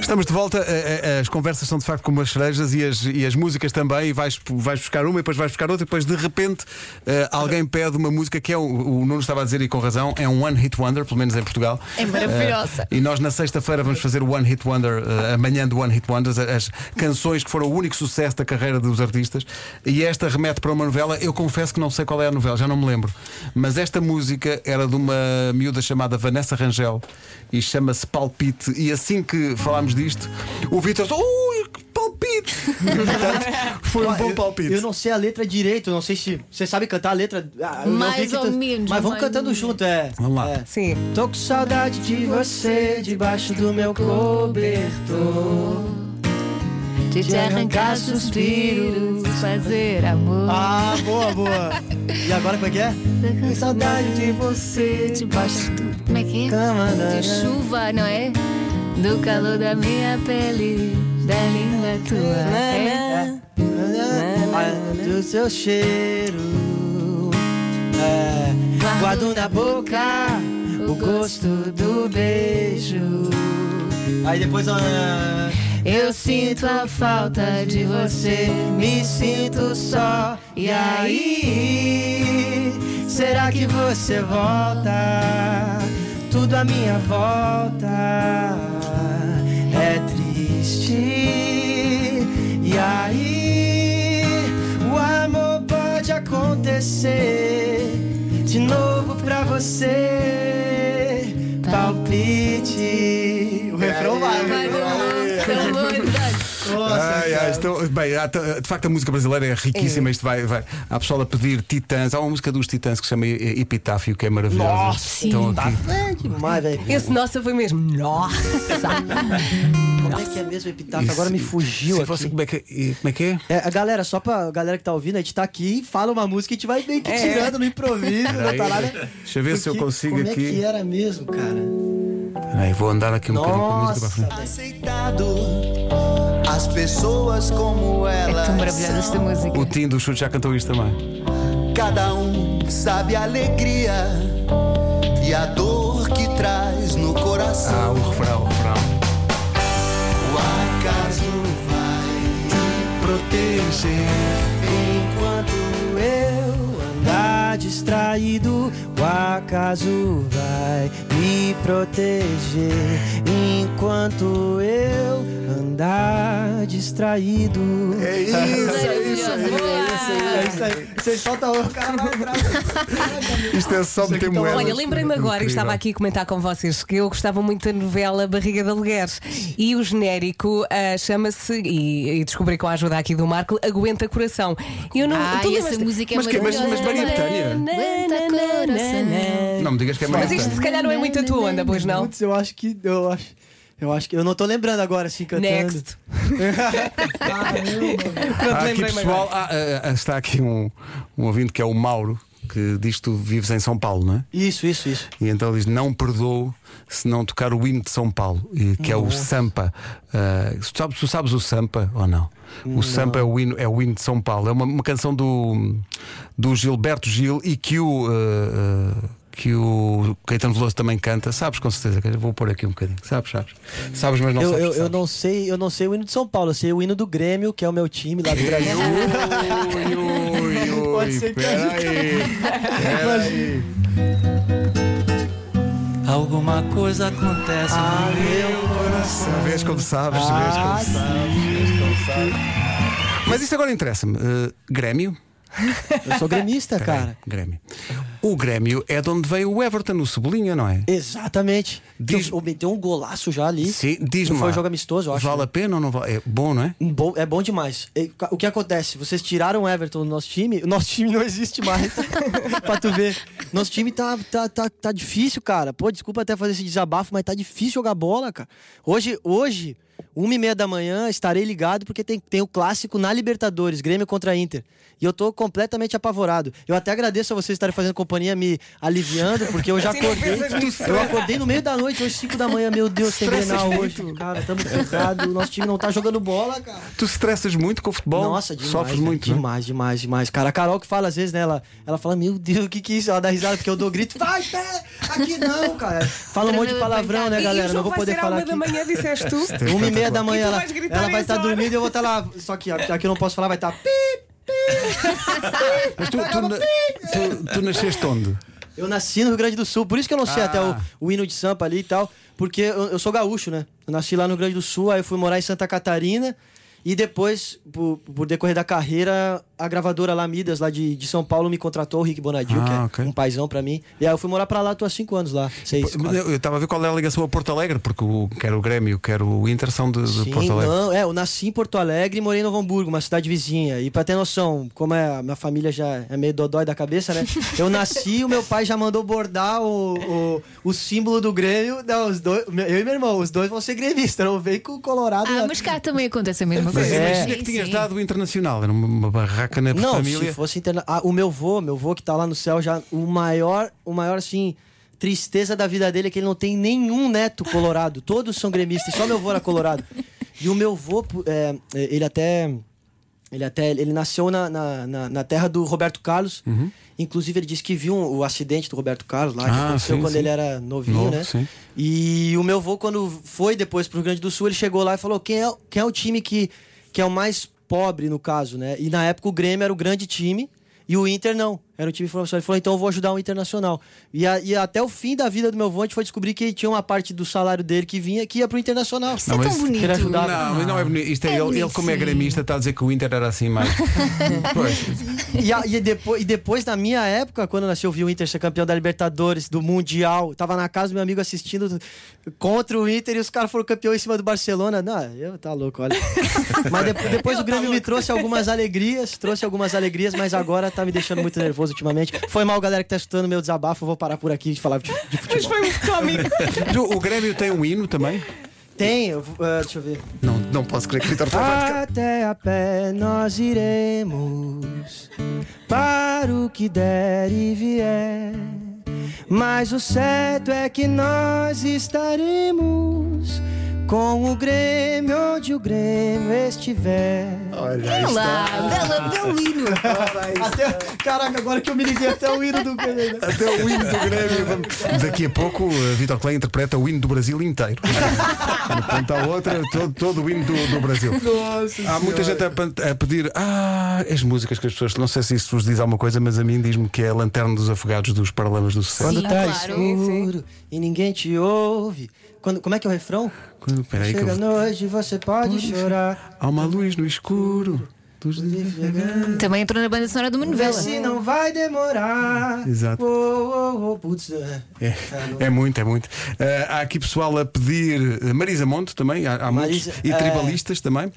Estamos de volta, a- a- as conversas são de facto como as cerejas e as, e as músicas também, e vais, vais buscar uma e depois vais buscar outra, e depois de repente eh, alguém pede uma música que é, o, o Nuno estava a dizer e com razão, é um One Hit Wonder, pelo menos em Portugal. É maravilhosa. Eh, e nós na sexta-feira vamos fazer o One Hit Wonder, eh, amanhã do One Hit Wonders, a- as canções que foram o único sucesso da carreira dos artistas, e esta remete para uma novela, eu confesso que não sei qual é a novela, já não me lembro, mas esta música era de uma miúda chamada Vanessa Rangel e chama-se Palpite, e assim que falámos disto, o Vitor disse, ui, que palpite! E, portanto, foi um bom palpite. Eu não sei a letra direito, eu não sei se. Você sabe cantar a letra? Ah, eu não Mais vi que ou tu- menos, Mas vamos mais cantando ou menos. junto, é. Vamos lá. É. Sim. Tô com saudade de você debaixo do meu cobertor. De te arrancar suspiros, fazer amor. Ah, boa, boa. E agora como é que é? Com saudade de você Debaixo do. Como é que Cama, é? né? De chuva, não é? Do calor da minha pele, da língua tua. Né, É. Ah, do seu cheiro. É. Guardo na boca o gosto do beijo. Aí depois. ah, Eu sinto a falta de você. me sinto só. E aí, será que você volta? Tudo à minha volta é triste. E aí, o amor pode acontecer de novo pra você. Palpite. O refrão vai. Vai do mundo. Nossa, então. Ai, ai, estou- bem, há t- de facto a música brasileira é riquíssima. Isto vai, vai. Há pessoal a pedir titãs. Há uma música dos titãs que se chama E- Epitáfio, que é maravilhosa. Nossa, Estão aqui. é demais, velho. Esse nossa foi mesmo. Nossa! Como é que é mesmo o epitáfio? Isso. Agora me fugiu Se aqui. fosse, como, é que, e como é que é? É, a galera, só pra galera que tá ouvindo, a gente tá aqui, fala uma música e a gente vai meio que tirando no improviso, na Aí, parada. Deixa eu ver se eu Porque consigo né? como é que aqui. era mesmo, cara? Peraí, vou andar aqui um bocadinho com a música para Nossa! frente. aceitado as pessoas como É elas tão maravilhosa esta são. música. O Tim do Chute já cantou isto também. Cada um sabe a alegria e a dor que traz no coração. Ah, o refrão, o refrão. O acaso vai te proteger enquanto Quando eu andar distraído, o acaso vai me proteger. Enquanto eu andar distraído. É isso, é isso. Maravilhosa. É isso aí. Vocês soltam o cara vai pra Isto é só meter tá moedas. Olha, lembrei-me agora, eu Incrível. estava aqui a comentar com vocês que eu gostava muito da novela Barriga de Aluguer e o genérico ah, chama-se, e, e descobri com a ajuda aqui do Marco, Aguenta Coração. E Eu não, então, Ah, tu essa lembras-te? música é Mas que- mas- maravilhosa. mas Maria Bethânia? Né, Aguenta coração. Não me digas que é mais Mas isto se calhar não é muito a tua onda, pois não? Putz, eu acho que. Eu acho, eu acho que. Eu não tô lembrando agora assim cantando. Next. Há Ah, Pronto, aqui lembrei-me pessoal, agora. há- há- há- está aqui um, um ouvinte que é o Mauro, que diz que tu vives em São Paulo, não é? Isso, isso, isso. E então ele diz: Não perdoo se não tocar o hino de São Paulo, e- que é o Sampa. Ah, tu, sabes, tu sabes o Sampa ou não? O Sampa é o, hino, é o hino de São Paulo. É uma, uma canção do, do Gilberto Gil e que o. ah, ah, que o Caetano Veloso também canta, sabes com certeza, que eu vou pôr aqui um bocadinho, sabes, sabes, sabes, mas não Eu, sabes. eu, eu sabes. não sei, eu não sei o hino de São Paulo, eu sei o hino do Grêmio, que é o meu time lá do Brasil. Ui, ui, ui, Pode ser que- peraí, peraí. Alguma coisa acontece. Ah, meu. Vês como sabes, vês como sabes. Mas isso agora interessa-me. Ah, Grêmio? Eu sou gremista, cara. Grêmio. O Grêmio é de onde veio o Everton, o Sublinha, não é? Exatamente. Diz- Eu, eu meteu um golaço já ali. Sim, diz-me. Não foi lá. um jogo amistoso, eu acho. Vale a pena ou não vale? É bom, não é? Bom- é bom demais. E ca- O que acontece? Vocês tiraram o Everton do nosso time, o nosso time não existe mais. pra tu ver. Nosso time tá, tá, tá, tá difícil, cara. Pô, desculpa até fazer esse desabafo, mas tá difícil jogar bola, cara. Hoje, hoje, uma e meia da manhã, estarei ligado porque tem, tem o clássico na Libertadores, Grêmio contra Inter. E eu tô completamente apavorado. Eu até agradeço a vocês estarem fazendo companhia, me aliviando, porque eu já Assim não acordei. pensas nisso. Eu acordei no meio da noite, hoje, 5 da manhã, meu Deus, tem Grenal hoje. Cara, estamos ferrados, o nosso time não tá jogando bola, cara. Tu stressas muito com o futebol? Nossa, demais. Sofres velho, muito. não é? Demais, demais, demais. Cara, a Carol que fala às vezes, né? Ela, ela fala, meu Deus, o que que é isso? Ela dá risada porque eu dou grito. Vai, pé! Aqui não, cara. Fala um monte de palavrão, né, Ah, E o galera? jogo Não vou vai poder ser à falar uma aqui. da manhã, disseste tu? Tens Uma e e meia da manhã E tu ela, vais gritar ela vai nessa estar hora. dormindo e eu vou estar lá. Só que ó, aqui eu não posso falar, vai tá estar. Mas tu, tu, na- tu- tu nasceste onde? Eu nasci no Rio Grande do Sul, por isso que eu não sei Ah. até o, o hino de Sampa ali e tal, porque eu, eu sou gaúcho, né? Eu nasci lá no Rio Grande do Sul, aí eu fui morar em Santa Catarina e depois, por, por decorrer da carreira, a gravadora lá Midas, lá de, de São Paulo, me contratou, o Rick Bonadil, Ah, que é ok. um paizão pra mim. E aí eu fui morar pra lá, tô há cinco anos lá, seis, quatro. Eu eu estava a ver qual é a ligação a Porto Alegre, porque o, quer o Grêmio, quer o Inter são de, de Sim, Porto Alegre. não, é, eu nasci em Porto Alegre e morei em Novo Hamburgo, uma cidade vizinha. E pra ter noção, como é, a minha família já é meio dodói da cabeça, né? Eu nasci e o meu pai já mandou bordar o, o, o símbolo do Grêmio. Não, os dois, eu e meu irmão, os dois vão ser gremistas, não vem com o Colorado. Ah, né? mas cá também acontece a mesma Mas coisa. imagina Sim, que tinhas sim. dado o Internacional, era uma- uma barraca na é. Não, família. se fosse interna... ah, o meu vô, meu vô que tá lá no céu já, o maior, o maior assim, tristeza da vida dele é que ele não tem nenhum neto colorado. Todos são gremistas, só meu vô era colorado. E o meu vô, pu- é, ele até ele até ele nasceu na, na, na- na terra do Roberto Carlos. Inclusive ele disse que viu um- o acidente do Roberto Carlos lá que Uhum. Ah, aconteceu sim, quando sim. ele era novinho, Novo, né? sim. E o meu avô, quando foi depois pro Rio Grande do Sul, ele chegou lá e falou: quem é, quem é o time que, que é o mais pobre, no caso, né? E na época o Grêmio era o grande time e o Inter não. Era um time internacional. Ele falou: então eu vou ajudar o Internacional. E, a- e até o fim da vida do meu avô, a gente foi descobrir que tinha uma parte do salário dele que vinha que ia pro Internacional. Isso é tão isso- bonito. Queria ajudar. Não, mas não é bonito. Isto é, É ele, ele, bonito, como é sim. gremista, está a dizer que o Inter era assim mais. pois. E, a- e depois, e depois, na minha época, quando eu nasci, eu vi o Inter ser campeão da Libertadores, do Mundial. Tava na casa do meu amigo assistindo contra o Inter e os caras foram campeão em cima do Barcelona. Não, eu tá louco, olha. mas depo- depois o Grêmio me trouxe algumas alegrias, trouxe algumas alegrias, mas agora tá me deixando muito nervoso ultimamente. Foi mal, galera que tá escutando meu desabafo, eu vou parar por aqui de falar de, de Mas futebol. foi muito cómico. Tu, o Grêmio tem um hino também? Tem, eu vou- ah, deixa eu ver. Não, não posso crer que o Vitor Ah! Até a pé nós iremos para o que der e vier. Mas o certo é que nós estaremos com o Grêmio onde o Grêmio estiver. Olha lá, bela, belo hino. Até, caraca, agora que eu me liguei até o hino do Grêmio. Até o hino do Grêmio. vamos- Daqui a pouco, uh, Vitor Clay interpreta o hino do Brasil inteiro. De um ponta a outra, todo, todo o hino do, do Brasil. Há muita gente a, pan- a pedir ah, as músicas que as pessoas. Não sei se isso vos diz alguma coisa, mas a mim diz-me que é a Lanterna dos Afogados dos Paralamas do Sucesso. Sim, Quando tá claro. escuro e ninguém te ouve. Quando, como é que é o refrão? Quando- peraí que eu Chega a vou- noite, você pode chorar. Há uma luz no escuro. dos- Também entrou na banda sonora do Manovela. Vê se não vai demorar. Exato. Oh, oh, oh, putz, é. É, é muito, é muito. Ah, há aqui pessoal a pedir eh, Marisa Monte também, há, há Marisa, muitos, e eh, tribalistas também.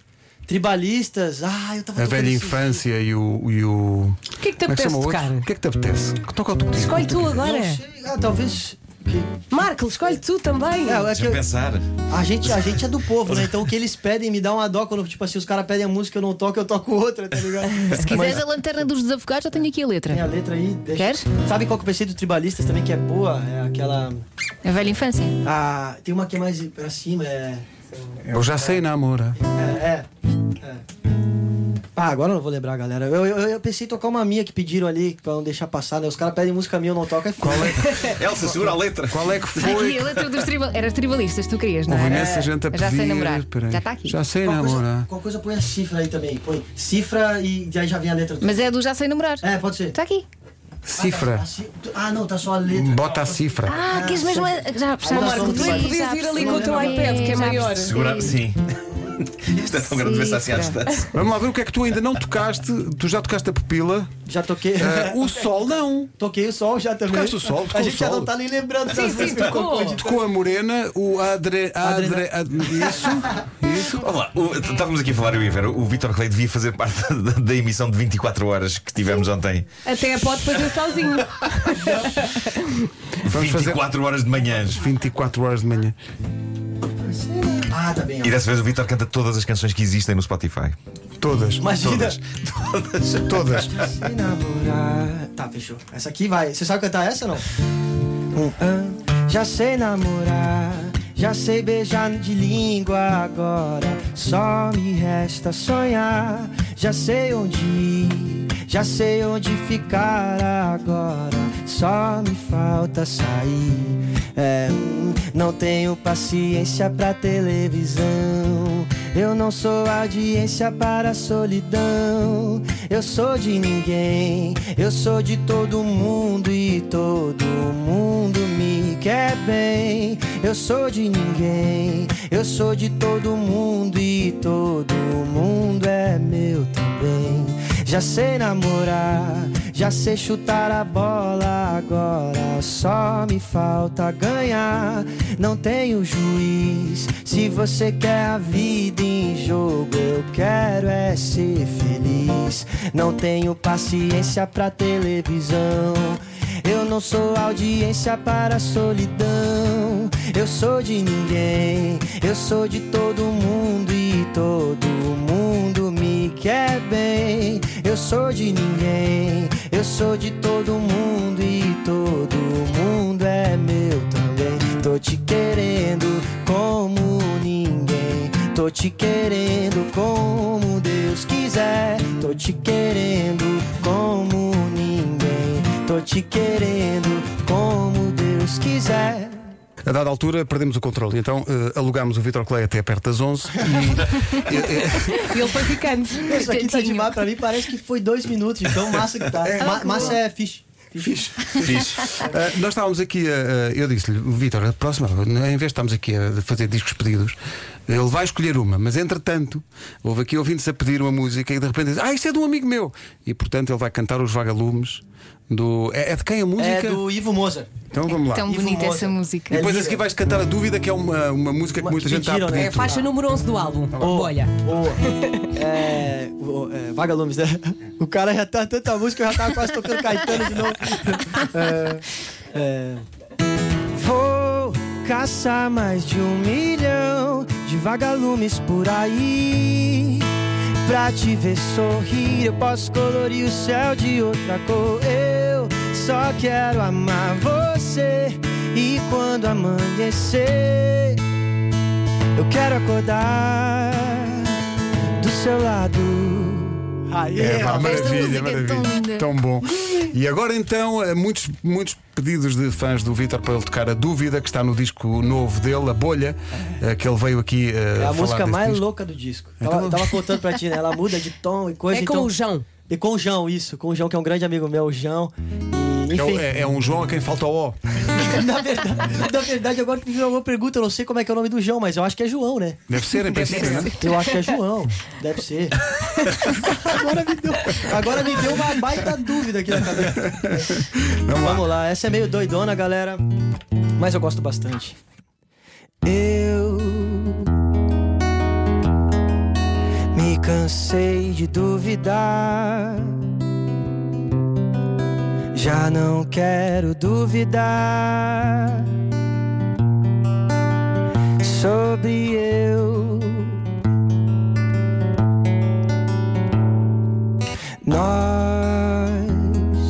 Tribalistas. Ah, eu tava A tocando velha esses infância e o. E o... O que é que te Como é que apetece chama o outro? tocar? O que é que te apetece? Que toca o toque. Escolhe tu agora. dias. Não sei, Ah, talvez. que- Marco, escolhe tu também. É, é que Deixa eu- eu pensar. a, gente, a gente é do povo, né? Então o que eles pedem me dá uma dó quando, tipo assim, os caras pedem a música, eu não toco, eu toco outra, tá ligado? Se quiseres a lanterna dos desafogados, já tenho aqui a Tem a letra. letra aí. deixa- Queres? Sabe qual que eu pensei do Tribalistas também que é boa? É aquela. A velha infância. Ah, tem uma que é mais pra cima, é. Eu já sei, namora. É, é. é. Ah, agora eu não vou lembrar, galera. Eu, eu, eu pensei em tocar uma minha que pediram ali pra não deixar passar, né? Os caras pedem música minha, eu não toco, é foda. Elsa, segura a letra. Qual é que Aqui foi? a letra dos tribalistas. Eras tribalistas, tu querias, não Houve era? Ah, imensa gente a pedir. Já sei namorar. Espera aí. tá Já está aqui. Já sei Qual namorar. coisa, qual coisa põe a cifra aí também. Põe cifra e, e aí já vem a letra. do- Mas é do Já Sei Namorar. É, pode ser. Está Tá- aqui. Cifra. A ci- Ah, não, tá só a letra. Bota a cifra. Ah, queres mesmo. a- Já percebi. Ó, Marco, tu é que devias ir ali com o teu iPad, que é maior. Segura, sim. Isto é tão grande ver-se assim à Cifra. distância. Vamos lá ver o que é que tu ainda não tocaste. Tu já tocaste a pupila. Já toquei. Ah, o sol não. toquei o sol já também. Tocaste o sol, tocou A o gente já sol. não tá nem lembrando das sim, vezes que tocou. tocou. de- Tocou a morena, o adre. adre, adre isso. Isso. Olá, o- estávamos aqui a falar, eu e a Vera, o Vitor Clay devia fazer parte da, da emissão de 24 horas que tivemos ontem. Até pode fazer sozinho. 24 horas de manhãs. 24 horas de manhã. Ah, tá bem. ó. E dessa vez o Vitor canta todas as canções que existem no Spotify. Todas. Imagina. Todas. Se namorar. Tá, fechou. Essa aqui vai. Você sabe cantar essa ou não? Hum. Ah, Já sei namorar, já sei beijar de língua agora. Só me resta sonhar. Já sei onde ir, já sei onde ficar agora. Só me falta sair. É, hum, não tenho paciência pra televisão. Eu não sou audiência para a solidão. Eu sou de ninguém. Eu sou de todo mundo e todo mundo me quer bem. Eu sou de ninguém. Eu sou de todo mundo e todo mundo é meu também. Já sei namorar, já sei chutar a bola agora. Só me falta ganhar. Não tenho juiz. Se você quer a vida em jogo, eu quero é ser feliz. Não tenho paciência pra televisão. Eu não sou audiência para a solidão. Eu sou de ninguém. Eu sou de todo mundo e todo mundo me quer bem. Eu sou de ninguém, eu sou de todo mundo e todo mundo é meu também. Tô te querendo como ninguém, tô te querendo como Deus quiser, tô te querendo como ninguém, tô te querendo como Deus quiser. A dada altura perdemos o controle, então eh, alugámos o Vitor Clay até perto das 11 e, eh, e- e- E ele foi ficando. Isso aqui tá demais pra mim, parece que foi dois minutos, então massa que tá. Ma- massa é fish. Fish. Fiz. Ah, nós estávamos aqui, a- a- eu disse-lhe, Vitor, a próxima, em vez de estarmos aqui a fazer discos pedidos, ele vai escolher uma, mas entretanto, houve aqui ouvintes a pedir uma música e de repente diz, ah, isto é de um amigo meu. E portanto ele vai cantar Os Vagalumes. Do... É, é de quem a É música? do Ivo Mozart. Então vamos lá. Tão E E bonita famosa. essa música. É depois a seguir vais cantar A Dúvida, que é uma, uma música que Uma- muita gente está a pediram, né? pedir. É a faixa número 11 do álbum. Olha. Boa. É, o- é, Vagalumes, né? O cara já tá tanta música, eu já tava quase tocando Caetano de novo. É, é. Vou caçar mais de um milhão de vagalumes por aí. Pra te ver sorrir, eu posso colorir o céu de outra cor. Eu só quero amar você. E quando amanhecer, eu quero acordar do seu lado. Aí, É, pá, Esta maravilha, música é maravilha. tão linda. bom. E agora então, eh, muitos, muitos pedidos de fãs do Vitor para ele tocar a dúvida que está no disco novo dele, a bolha, eh, que ele veio aqui. eh, É a falar música desse mais disco. louca do disco. Tava, tava contando pra ti, né? Ela muda de tom e coisa. É com então- o João. E com o João, isso. Com o João, que é um grande amigo meu, o João. E, É, enfim, o- é- é um João a quem falta o O. na, verdade, na verdade, agora que me fizeram uma pergunta, eu não sei como é que é o nome do João, mas eu acho que é João, né? Deve ser, em princípio, né? Eu acho que é João. Deve ser. agora, me deu, agora me deu uma baita dúvida aqui na cabeça. Vamos lá. Vamos lá, essa é meio doidona, galera. Mas eu gosto bastante. Eu me cansei de duvidar. Já não quero duvidar sobre eu.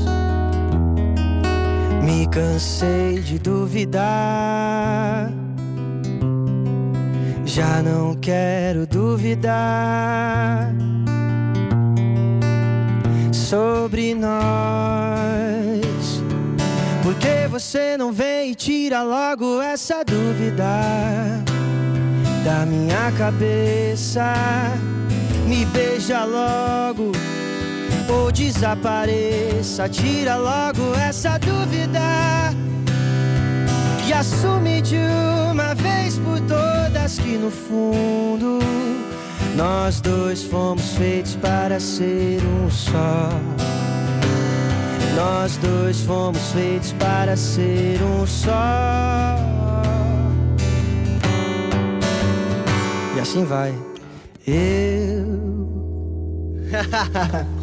Nós me cansei de duvidar. Já não quero duvidar sobre nós. Por que você não vem e tira logo essa dúvida da minha cabeça? Me beija logo ou desapareça. Tira logo essa dúvida e assume de uma vez por todas que no fundo nós dois fomos feitos para ser um só. Nós dois fomos feitos para ser um só. E assim vai. Eu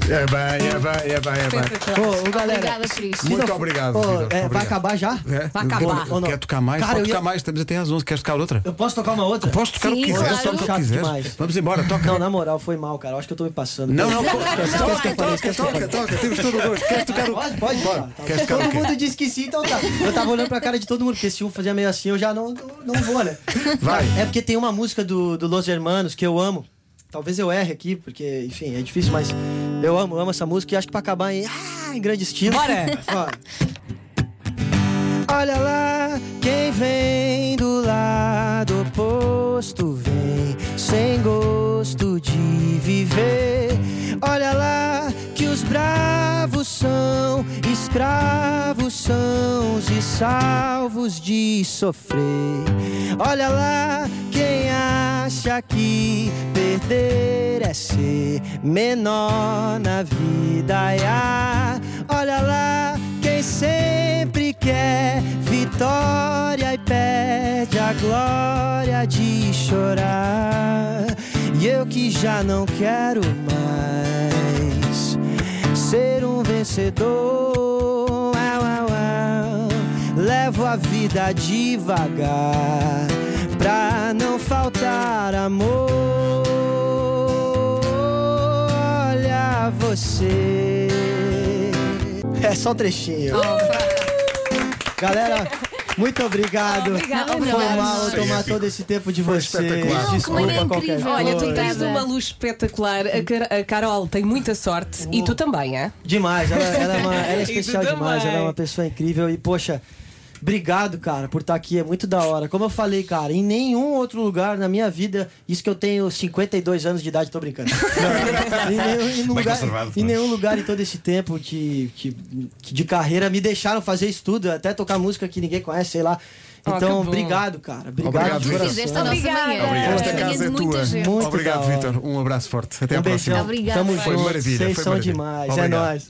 É bem, é bem, é bem, é bem. Ô, ô, galera, Obrigada, Cris. se Muito não- obrigado, Ô, Vitor, é, obrigado. vai acabar já? É? Vai acabar. Quer- Quer tocar mais? Cara, Pode eu ia- tocar mais, estamos até às 11. Queres tocar outra? Eu posso tocar uma outra? Podes tocar o que Sim, quiseres, claro. toca o que Chato quiseres. demais. Vamos embora, toca. Não, na moral, foi mal, cara. Eu acho que eu tô me passando. Não, Cara. não, toca, que eu falei, toca, esquece que eu toca, toca, temos todo o gosto. Queres tocar o. Pode, pode, Bora. tá, tá. Queres tocar o Todo quê? mundo disse que sim, então tá. Eu tava olhando pra cara de todo mundo, porque se um fazia meio assim, eu já não, não vou, né? Vai. É porque tem uma música do, do Los Hermanos que eu amo. Talvez eu erre aqui, porque, enfim, é difícil, mas eu amo, amo essa música e acho que pra acabar em, ah, em grande estilo. Bora! Ó. Olha lá, quem vem do lado oposto vem sem gol. viver. Olha lá que os bravos são, escravos são os e salvos de sofrer. Olha lá quem acha que perder é ser menor na vida. E ah, olha lá quem sempre quer vitória e perde a glória de chorar. E eu que já não quero mais ser um vencedor. Au, au, au. Levo a vida devagar pra não faltar amor. Olha você. É só um trechinho. Galera, muito obrigado. Obrigada, Foi nós. mal eu tomar todo esse tempo de vocês. espetacular. Não, Desculpa maneira qualquer incrível. coisa. é Olha, tu tens Obrigada. uma luz espetacular. A, Car- a Carol tem muita sorte e tu também, é? Demais, ela, ela é uma- ela é E tu especial demais, também. ela é uma pessoa incrível e, poxa, obrigado, cara, por estar aqui, é muito da hora. Como eu falei, cara, em nenhum outro lugar na minha vida, isso que eu tenho 52 anos de idade, tô brincando. Não, em, nenhum, em Bem lugar, conservado, em né? nenhum lugar em todo esse tempo que, que, que de carreira me deixaram fazer isso tudo, até tocar música que ninguém conhece, sei lá. Ah, que Então, bom. obrigado, cara. Obrigado, Obrigado, de Vitor. coração. Fizeste a nossa Obrigada. manhã. Obrigado. Esta Esta manhã casa de é muita tua. gente. Muito Obrigado, da hora. Vitor. Um abraço forte. Até Um à beijão. próxima. Obrigada. Tamo Foi junto. maravilha, Vocês foi são maravilha. demais. Obrigado. É nóis.